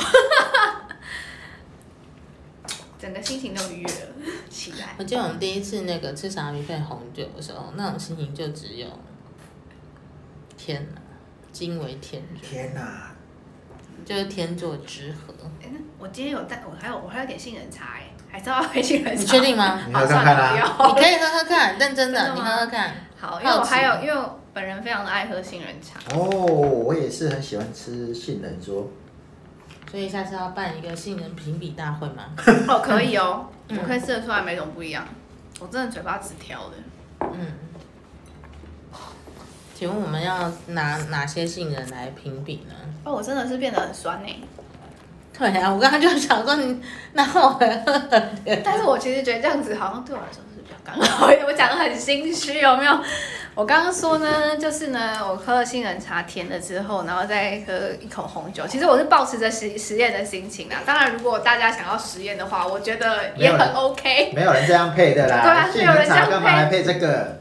C: 整个心情都愉悦了起来。
B: 我记得我们第一次那个吃傻米配红酒的时候，那种心情就只有天哪，惊为天人，
D: 天哪、
B: 就是天作之合。
C: 哎那我今天有带，我还有我还有点杏仁茶哎，还是要配杏仁茶？
B: 你确定？吗？
D: 你
C: 好，
D: 喝
C: 算
D: 看
C: 了
D: 看，啊
C: 不要。
B: 你可以喝喝看，认真的，
C: 真的吗
B: 你喝喝看。
C: 好，因为我
B: 好奇
C: 还有，因为我本人非常的爱喝杏仁茶。
D: 哦，我也是很喜欢吃杏仁粥。
B: 所以下次要办一个杏仁评比大会吗？
C: 哦，可以哦，
B: 嗯
C: 我可以吃得出来每种不一样。我真的嘴巴直挑的，
B: 嗯。请问我们要拿哪些杏仁来评比呢？
C: 哦，我真的是变得很酸哎、
B: 对啊，我刚刚就想说你，那我来喝很甜。
C: 但是我其实觉得这样子好像对我来说是比较刚好一欸 点。我讲的很心虚，有没有？我刚刚说呢，就是呢，我喝了杏仁茶甜了之后，然后再喝一口红酒。其实我是抱持着实实验的心情啦。当然，如果大家想要实验的话，我觉得也
D: 没有
C: 很
D: 人
C: OK。
D: 没有人这样配的
C: 对啊
D: 啦，
C: 是
D: 杏
C: 有人
D: 仁
C: 这样
D: 茶
C: 配
D: 干嘛来配这个？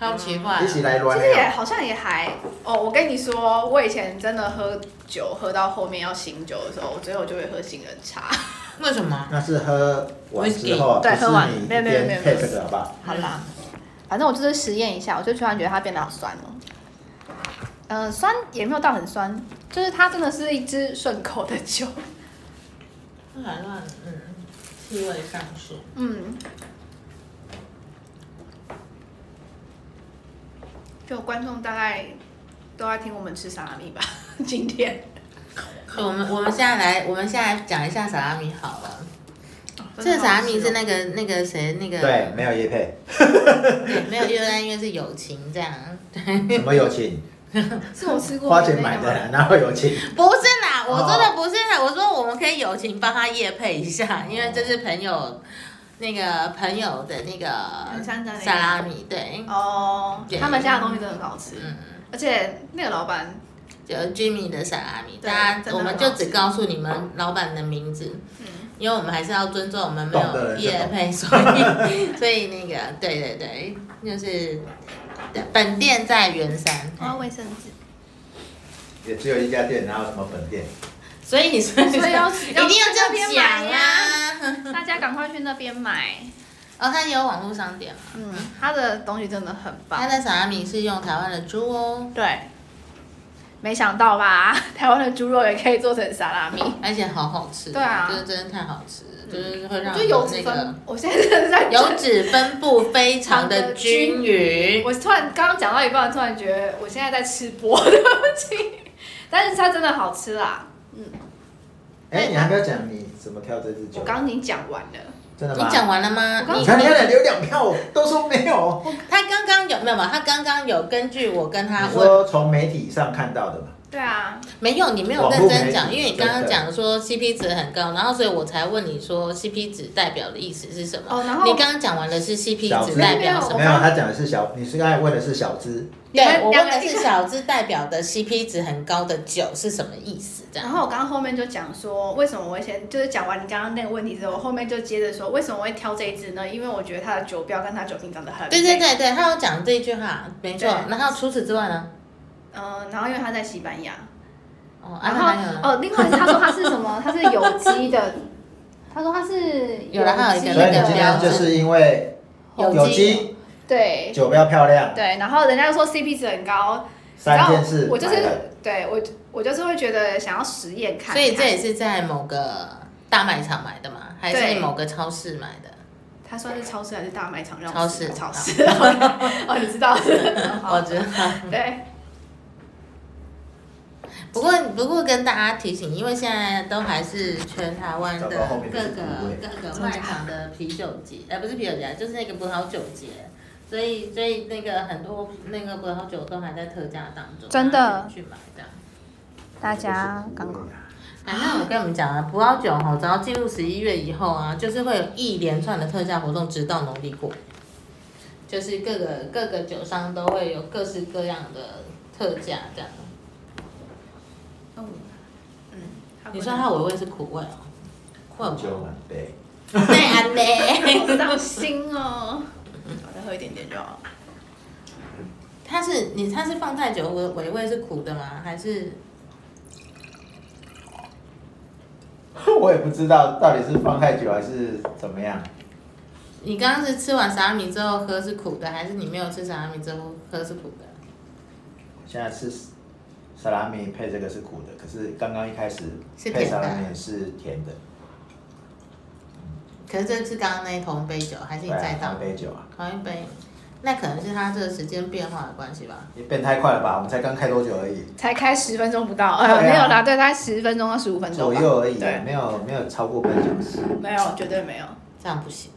B: 好奇怪、啊
D: 一起来乱
C: 其实也好像也还哦，我跟你说，我以前真的喝酒喝到后面要醒酒的时候，我最后就会喝杏仁茶。
B: 为什么？
D: 那是喝完之后，不
C: 对
D: 是
C: 喝完
D: 你一
C: 没有没有没有
D: 边配这个好不好？
C: 好啦，反正我就是实验一下，我就突然觉得它变得好酸哦。嗯、酸也没有到很酸，就是它真的是一支顺口的酒。
B: 乱乱，嗯，气味上述。
C: 嗯，就观众大概都在听我们吃萨拉米吧，今天。
B: 对我们我们现在来，我们现在讲一下萨拉米好了。
C: 哦
B: 这个萨拉米是那个那个谁那个
C: 啊
D: 对，没有叶配，
B: 对没有越南因为是友情这样，对，
D: 什么友情？
C: 是 我啊吃过
D: 花钱买的
C: 那个
D: 啦
C: 吗，
D: 哪有友情？
B: 不是啦，我
D: 哦
B: 说的不是啦，我说我们可以友情帮他夜配一下，因为这是朋友那个朋友的那
C: 很像
B: 个
C: 在那个
B: 萨拉米，对，
C: 哦，
B: 对
C: 他们家的东西真的很好吃，
B: 嗯，
C: 而且那个老板
B: 就呃 Jimmy 的萨拉米，
C: 对
B: 大
C: 真
B: 家
C: 的
B: 我们
C: 很好
B: 就只告诉你们老板的名字，
C: 嗯
B: 因为我们还是要尊重我们没
D: 懂的
B: 有
D: 人就懂
B: 业配，所以所以那个对对对，就是本店在圆山，
C: 我要卫生纸，
D: 也只有一家店，哪有什么本店？
B: 所以所以
C: 所 以要
B: 一定要这样讲啊！
C: 大家赶快去那边买。
B: 哦，它也有网络商店嘛，
C: 嗯，他的东西真的很
B: 它
C: 棒。
B: 的萨拉米是用台湾的猪哦，
C: 对，没想到吧？ 台湾的猪肉也可以做成沙拉米，
B: 而且好好吃，
C: 对啊
B: 就是真的太好吃了，就是会
C: 我
B: 让
C: 觉得油
B: 那
C: 脂
B: 个
C: 分，我现在真的在
B: 油脂分布非常的均匀。
C: 我突然刚刚讲到一半，突 然觉得我现在在吃播，对不起。但是它真的好吃啦，嗯，
D: 哎、你还没有讲你怎么挑这支酒？
C: 我刚刚已经讲完了，
D: 真的
B: 你
D: 吗？
B: 讲完了吗？
D: 你
B: 你
D: 看你看留两票，我都说没有。
B: 他刚刚有没有嘛？他刚刚有根据我跟
C: 啊
B: 他
D: 你
B: 问，
D: 说从媒体上看到的嘛？
C: 对啊，
B: 没有，你没有
D: 网
B: 认
D: 络
B: 真
D: 媒
B: 讲，
D: 体
B: 因为你刚刚
D: 对对
B: 讲说 CP 值很高，然后所以我才问你说 CP 值代表的意思是什么？
C: 哦然后
B: 你刚刚讲完的是 CP
D: 小
B: 值
D: 资
B: 代表什
C: 我
B: 么？
D: 没
C: 刚
D: 有，他讲的是小，你是刚才问的是小资，
C: 没有
B: 对，我
C: 两
B: 问
C: 个
B: 的
C: 一
B: 是
C: 个
B: 小资代表的 CP 值很高的酒是什么意思？这
C: 然
B: 样。
C: 后我刚刚后面就讲说，为什么我会先就是讲完你刚刚那个问题之后，我后面就接着说为什么我会挑这一支呢？因为我觉得它的酒标跟它酒瓶长得很
B: 对对
C: 美，
B: 对对，他有讲这一句话，没错。
C: 对
B: 然后除此之外呢？
C: 嗯、然后因为它在西班牙，
B: 哦，啊
C: 然
B: 那还有呢
C: 后哦，另外他说它是什么？它是有机的，他说它是
B: 有了还有一个
C: 机
D: 所以
B: 那
D: 你
B: 个
D: 今
B: 标
D: 天
B: 准
D: 就是因为有机
C: 对
D: 酒标漂亮
C: 对，然后人家就说 CP 值很高，然
D: 三
C: 后
D: 件事，
C: 我就是对我我就是会觉得想要实验看看，
B: 所以这也是在某个大卖场买的嘛，还是
C: 对
B: 某个超市买的？
C: 它算是超市还是大卖场？让我
B: 超市
C: 超市 哦，你知道
B: 我
C: 好
B: 知道。
C: 对
B: 不过不过跟大家提醒，因为现在都还是全台湾的
D: 找到后面
B: 各
D: 的
B: 个
D: 部位
B: 各个卖场的啤酒节，呃，不是啤酒节啊，就是那个葡萄酒节。所以，所以那个很多那个葡萄酒都还在特价当中，
C: 真的
B: 大家可以去买这样。
C: 大家赶快。
B: 反正我跟你们讲啊，葡萄酒哈，只要进入十一月以后啊，就是会有一连串的特价活动，直到农历过年，就是各个各个酒商都会有各式各样的特价这样。
C: 嗯嗯，
B: 你说它尾味是苦味哦，苦味
D: 酒满杯，
B: 对安嘞，
C: 好当心哦。我再喝一点点就好。
B: 它是你它是放太久尾尾味是苦的吗？还是
D: 我也不知道到底是放太久还是怎么样。
B: 你刚刚是吃完沙拉米之后喝是苦的，还是你没有吃沙拉米之后喝是苦的？
D: 现在吃萨拉米配这个是苦的，可是刚刚一开始
B: 是
D: 配
B: 甜
D: 萨
B: 的
D: 拉米是甜的，
B: 可是这是刚刚那同一杯酒，还是你
D: 对
B: 再
D: 啊，
B: 倒
D: 三？杯酒啊，
B: 同一杯，那可能是它这个时间变化的关系吧。
D: 也变太快了吧？我们才刚开多久而已，
C: 才开十分钟不到，呃，
D: 对啊
C: 没有啦，对，大概十分钟到十五分
D: 左
C: 钟吧。
D: 右而已啊
C: 对，，
D: 没有没有超过半小时。
C: 没有，绝对没有。
B: 这样不行。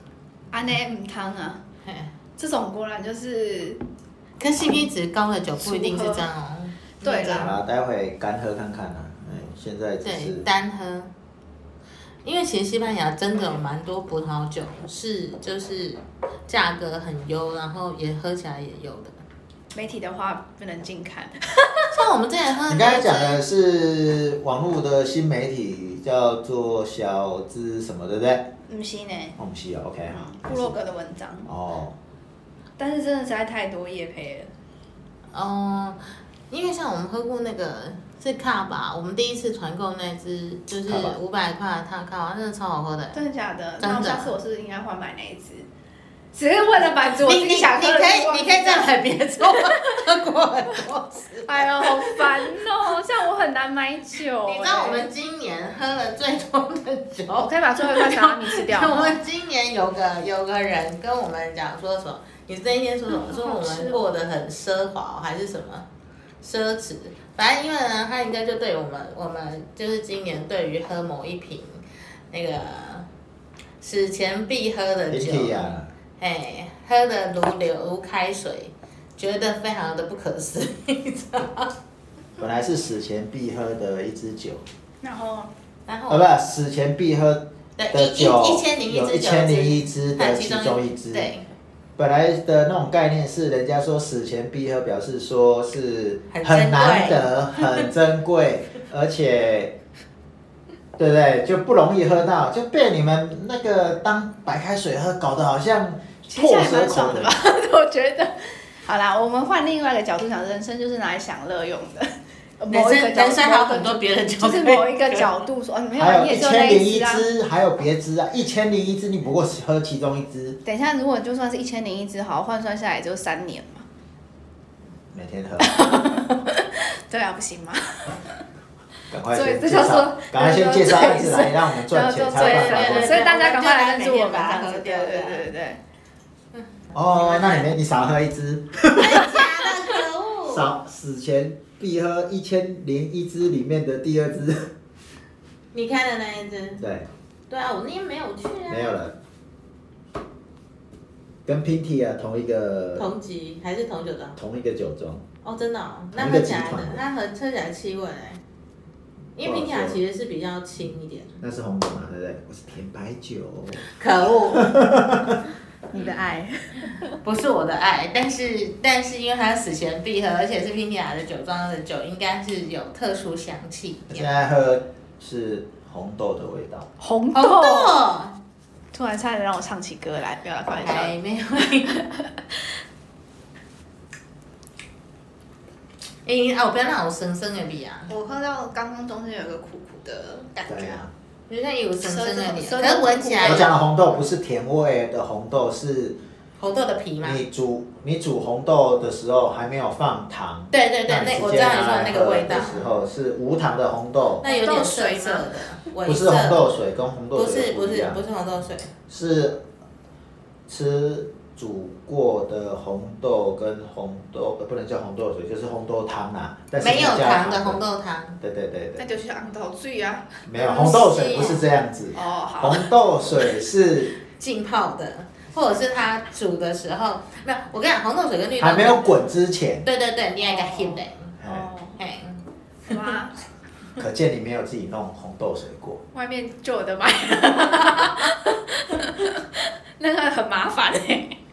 C: 安内唔汤啊，
B: 嘿
C: 这种果然就是
B: 跟 CP 值高的酒不一定是这样哦。
C: 对
D: 好
C: 啦，
D: 啦，待会干喝看看啊。嗯，现在只
B: 对，
D: 是
B: 单喝。因为其实西班牙真的有蛮多葡萄酒是就是价格很优，然后也喝起来也优的。
C: 媒体的话不能近看。
B: 像我们之前喝的
D: 你刚
B: 那
D: 才
B: 个是，
D: 讲的是网络的新媒体叫做小资什么，对不对？
C: 唔是
B: 欸
C: 呢，
D: 我们西哦，OK，好
C: 嗯，部落格的文章，
D: 哦，
C: 但是真的实在太多夜配了。
B: 哦、因为像我们喝过那个是卡吧，我们第一次团购那支就是
D: 卡吧
B: 五百块的卡卡，真的超好喝的。
C: 真的假的？
B: 真的
C: 那我下次我是不是应该换买那一只？只是为了满足我
B: 你
C: 自
B: 你你
C: 己想
B: 可
C: 喝的欲望
B: 以你可以再买别种，喝过很多次。
C: 哎呦，好烦哦！这样我很难买酒。欸
B: 你知道我们今年喝了最多的酒，
C: 我可以把最后一块沙拉米吃 掉
B: 我
C: 吗。
B: 们今年有个有个人跟我们讲说什么，你那一天说什么？
C: 嗯
B: 说
C: 好
B: 我
C: 好吃
B: 们
C: 哦
B: 过得很奢华还是什么奢侈？反正因为呢，他应该就对我们我们就是今年对于喝某一瓶那个史前必喝的
D: 一
B: 酒，
D: 体啊，
B: 哎，喝的如流如开水，觉得非常的不可思议， 你知道吗？
D: 本来是死前必喝的一支酒，
C: 然后
B: 然后
C: 哦
D: 啊，不是死前必喝
B: 对
D: 的
B: 一一
D: 酒，
B: 一千零一
D: 有
B: 支
D: 一
B: 酒
D: 千零
B: 之
D: 一支
B: 哎
D: 的其中一支。
B: 对，
D: 本来的那种概念是，人家说死前必喝，表示说是
B: 很珍贵
D: 很难得、很珍 贵，而且，对不对？就不容易喝到，就被你们那个当白开水喝，搞得好像
C: 其实
D: 破
C: 还
D: 舌
C: 蛮
D: 口
C: 爽的吧？？我觉得。好啦，我们换另外一个角度想，人生就是拿来享乐用的。
B: 人
C: 某一个
B: 生
C: 角
B: 人生
C: 度
B: 还有很多别的酒，
C: 就是某一个角度说，哦，没有
D: 还
C: 啊，
D: 有
C: 你
D: 一
C: 也只有那
D: 千零
C: 一
D: 一
C: 支啊。
D: 支，还有别支啊，一千零一支，你不过喝其中一支，
C: 等一下，如果就算是一千零一支，好换算下来也就三年嘛。
D: 每天喝，
C: 对啊，不行吗？
D: 赶快
C: 所以
D: 先
C: 这
D: 介
C: 就
D: 绍
C: 说，
D: 赶快先介绍案子来，让我们
C: 然
D: 赚
C: 后就
D: 钱
C: 对
D: 才有办
C: 对
D: 法
C: 对，
D: 喝。
C: 所以大家赶快来赞助我们，
B: 把它喝
C: 对
B: 掉
C: 对对对对。
D: 哦，那你没你少喝一支。
B: 假的，可 恶！
D: 少死前必喝一千零一支里面的第二支，
B: 你开的那一只，
D: 对，
B: 对啊，我那天没有去啊，
D: 没有了。跟 Pinky 啊同一个
B: 同级还是同酒庄？
D: 同一个酒庄，
B: 哦，真的、哦，那
D: 同一
B: 喝
D: 个
B: 起
D: 集
B: 来的
D: 团的，
B: 那喝喝起来气味嘞，因为
D: 不好
B: 冰雅
D: 说
B: 其实是比较轻一点。
D: 那是红酒嘛，对不对？我是甜白酒，
B: 可恶，
C: 你的爱，
B: 不是我的爱，但是但是因为它死前必喝，而且是冰雅的酒庄的酒，应该是有特殊香气。
D: 我现在喝是红豆的味道。
C: 红
B: 红
C: 豆，
B: 豆
C: 突然差点让我唱起歌来，不要来开玩
B: 哦还
C: 笑。
B: 没有。 哎、啊！我不要那种生生的味啊！
E: 我喝到刚刚中间有一个苦苦的感
D: 对
E: 觉啊，
D: 啊，
B: 就是它有生生的味，
E: 舌头
B: 可是闻起来
D: 我
B: 有
D: 讲的红豆不是甜味的红豆，是
B: 红豆的皮嘛？
D: 你煮你煮红豆的时候还没有放糖，
B: 对对对，
D: 让
B: 那
D: 你
B: 我
D: 直
B: 知
D: 接
B: 道
D: 拿
B: 你说的
D: 来
B: 那个
D: 啊喝
B: 味道
D: 的，时候是无糖的红豆，
B: 那有点涩涩
E: 红
B: 的，微
D: 不是
B: 涩
D: 红豆水，跟红豆
B: 不
D: 水
B: 是不
D: 一
B: 是
D: 样
B: 不，是红豆水，
D: 是吃煮过的红豆跟红豆，呃不能叫红豆水，就是红豆汤啊，但是
B: 没有
D: 加
B: 糖的
D: 的
B: 红。豆汤，
D: 对对对
E: 那
D: 对，
E: 就是昂头醉啊。
D: 没有红豆水不是这样子，
E: 哦，好
D: 红，豆水是
B: 浸泡的，或者是它煮的时候，没有。我跟你讲，红豆水跟绿豆
D: 还没有滚之前，
B: 对对对，你爱个 hit 的，
D: 哎，
E: 哦，
B: 嘿，
E: 哇，
D: 可见你没有自己弄红豆水过。
E: 外面就有的买， 那个很麻烦哎。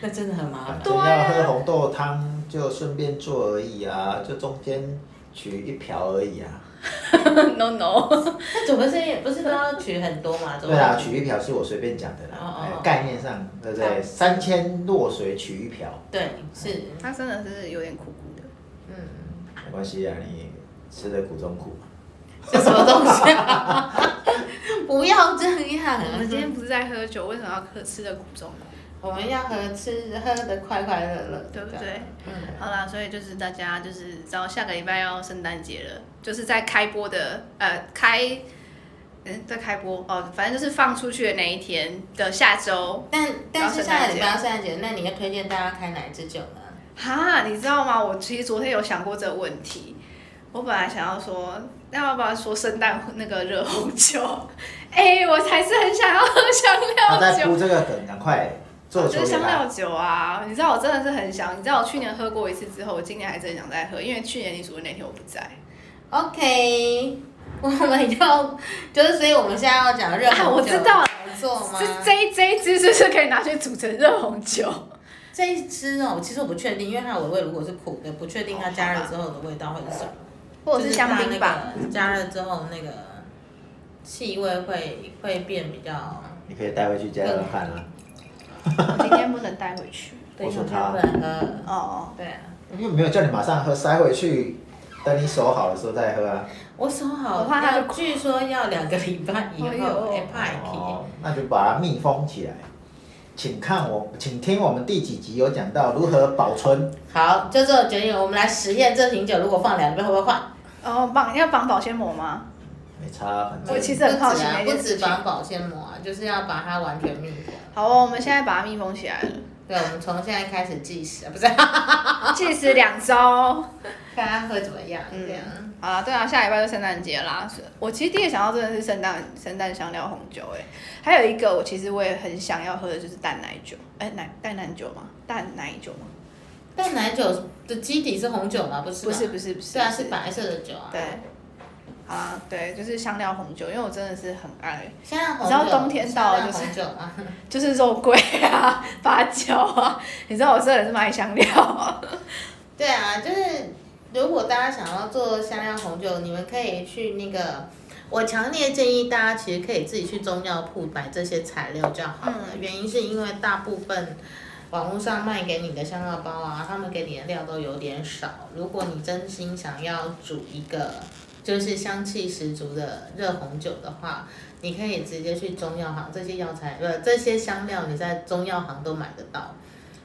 B: 那真的很麻
D: 反
B: 烦。
D: 正要啊喝红豆汤就顺便做而已啊，就中间取一瓢而已啊。
C: No no，
B: 那煮不是也不是都要取很多嘛？
D: 对啊，取一瓢是我随便讲的啦，
B: 哦哦
D: 哎
B: 哦
D: 概念上对不对？三千弱水取一瓢，
B: 对是，
C: 它真的是有点苦苦的。
B: 嗯，
D: 没关系啊，你吃的苦中苦嘛。
B: 这什么东西啊？ 不要这样，
E: 我们今天不是在喝酒，为什么要喝吃的苦中苦？
B: 我们要喝吃喝的快快乐乐，
E: 对不
B: 这样
E: 对？
B: 嗯，
E: 好啦，所以就是大家就是知道下个礼拜要圣诞节了，就是在开播的呃开，嗯，在开播哦，反正就是放出去的那一天的下周。
B: 但但是
E: 然后
B: 下
E: 圣诞
B: 个礼
E: 节
B: 拜要圣诞节，那你要推荐大家开哪一支酒呢？
E: 哈，你知道吗？我其实昨天有想过这个问题，我本来想要说，那要不要说圣诞那个热红酒？ 哎、我还是很想要喝
D: 他
E: 香料
D: 在
E: 酒
D: 铺，这个梗，赶快做
E: 就
D: 出
E: 是香料
D: 来。
E: 酒啊！你知道我真的是很想，你知道我去年喝过一次之后，我今年还真的想再喝，因为去年你煮的那天我不在。
B: OK，我 们要就是，所以我们现在要讲热
E: 啊，
B: 红
E: 我
B: 酒
E: 知道了，
B: 怎么做吗？
E: 这这一这一支是不是可以拿去煮成热红酒？
B: 这一支哦，其实我不确定，因为它的尾味如果是苦的，不确定它加热之后的味道会是什么，
E: 或者是香槟吧？
B: 就是它那个加热之后那个气味会会变比较。
D: 你可以带回去加热看啊，
E: 我今天不能带回去。
D: 我说
B: 我
D: 它
B: 不能喝。
E: 哦 哦，
B: 对啊，
D: 因为没有叫你马上喝，塞回去，等你手好的时候再喝啊。
B: 我手好，
E: 我怕它
B: 要据说要两个礼拜以后，
E: 哎
B: 哎、
E: 呦
B: 怕一
D: 哦，那就把它密封起来。请看我，请听我们第几集有讲到如何保存。
B: 好，就这种决定，我们来实验这瓶酒，如果放两杯会不会换？
C: 哦，绑要绑保鲜膜吗？
D: 没差啊，反正
C: 我其实很好奇
B: 不止啊，
C: 那件
B: 不
C: 事
B: 止
C: 情
B: 绑保鲜膜啊，就是要把它完全密封。
C: 好哦，我们现在把它密封起来了，
B: 对，我们从现在开始计时，啊， 不是？
C: 计时两
E: 哦
C: 周。
B: 看它会怎么样，这样。
C: 好啦，对啊，下礼拜就圣诞节啦。是我其实第一个想到真的是圣诞圣诞香料红酒、欸，还有一个我其实我也很想要喝的就是淡奶酒，哎、奶淡奶酒吗？淡奶酒吗？
B: 但奶酒的基底是红酒吗？不是吧，
C: 不是不是不是
B: 对啊，是
C: 不是
B: 白色的酒啊。
C: 对，好啦，对，就是香料红酒，因为我真的是很爱，
B: 现在红酒，
C: 你知道冬天到了就是
B: 现在红酒啊，
C: 就是肉桂啊、 八角啊，你知道我真的是卖香
B: 哦
C: 料，
B: 对啊，就是如果大家想要做香料红酒，你们可以去那个，我强烈建议大家其实可以自己去中药铺买这些材料就好了。原因是因为大部分网络上卖给你的香料包啊，他们给你的料都有点少。如果你真心想要煮一个就是香气十足的热红酒的话，你可以直接去中药行，这些药材呃这些香料你在中药行都买得到。啊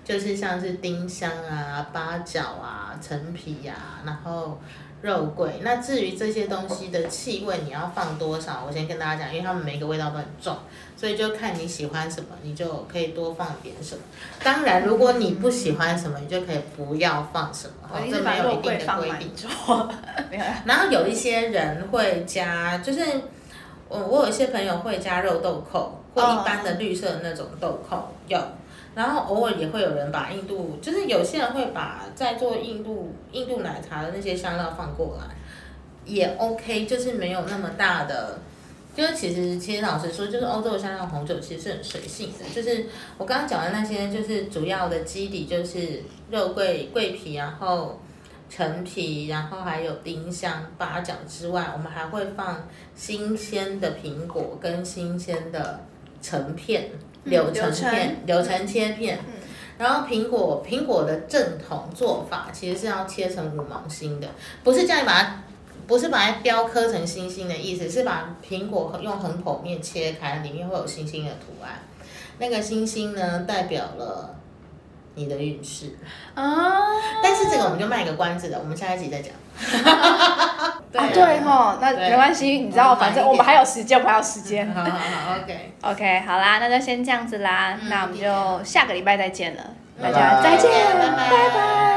B: 就是像是丁香啊、八角啊、陈皮呀、然后肉桂。那至于这些东西的气味，你要放多少，我先跟大家讲，因为它们每一个味道都很重，所以就看你喜欢什么，你就可以多放点什么。当然，如果你不喜欢什么，你就可以不要放什么，
E: 我
B: 哦
E: 一
B: 这
E: 直
B: 没
E: 把
B: 有
E: 肉
B: 一
E: 桂
B: 定的
E: 放
B: 规
E: 满
B: 定。
E: 之后， 没有啦，
B: 然后有一些人会加，就是我我有一些朋友会加肉豆蔻，或
E: 哦
B: 一般的绿色的那种豆蔻有。然后偶尔也会有人把印度，就是有些人会把在做印度印度奶茶的那些香料放过来，也 OK，就是没有那么大的。就是其实其实老实说，就是欧洲的香料红酒其实是很随性的，就是我刚刚讲的那些，就是主要的基底就是肉桂桂皮，然后陈皮，然后还有丁香、八角之外，我们还会放新鲜的苹果跟新鲜的橙片、
E: 嗯
B: 柳橙
E: 柳橙
B: 片、柳橙切片。
E: 嗯
B: 然后苹果苹果的正统做法其实是要切成五芒星的，不是叫你把它，不是把它雕刻成星星的意思，是把苹果用横剖面切开，里面会有星星的图案。那个星星呢，代表了你的运势。
E: 啊，
B: 但是这个我们就卖个关子了，我们下一集再讲。
C: 啊，对哈，那
B: 对
C: 没关系，你知道，
B: 我们
C: 反正
B: 晚一点
C: 我们还有时间，我们还有时间。
B: 好好好，OK，
C: OK，好啦，那就先这样子啦，
B: 嗯
C: 那我们就下个礼拜再见了，大
D: 拜
C: 家
D: 拜
C: 再见，
B: 拜拜
C: 拜拜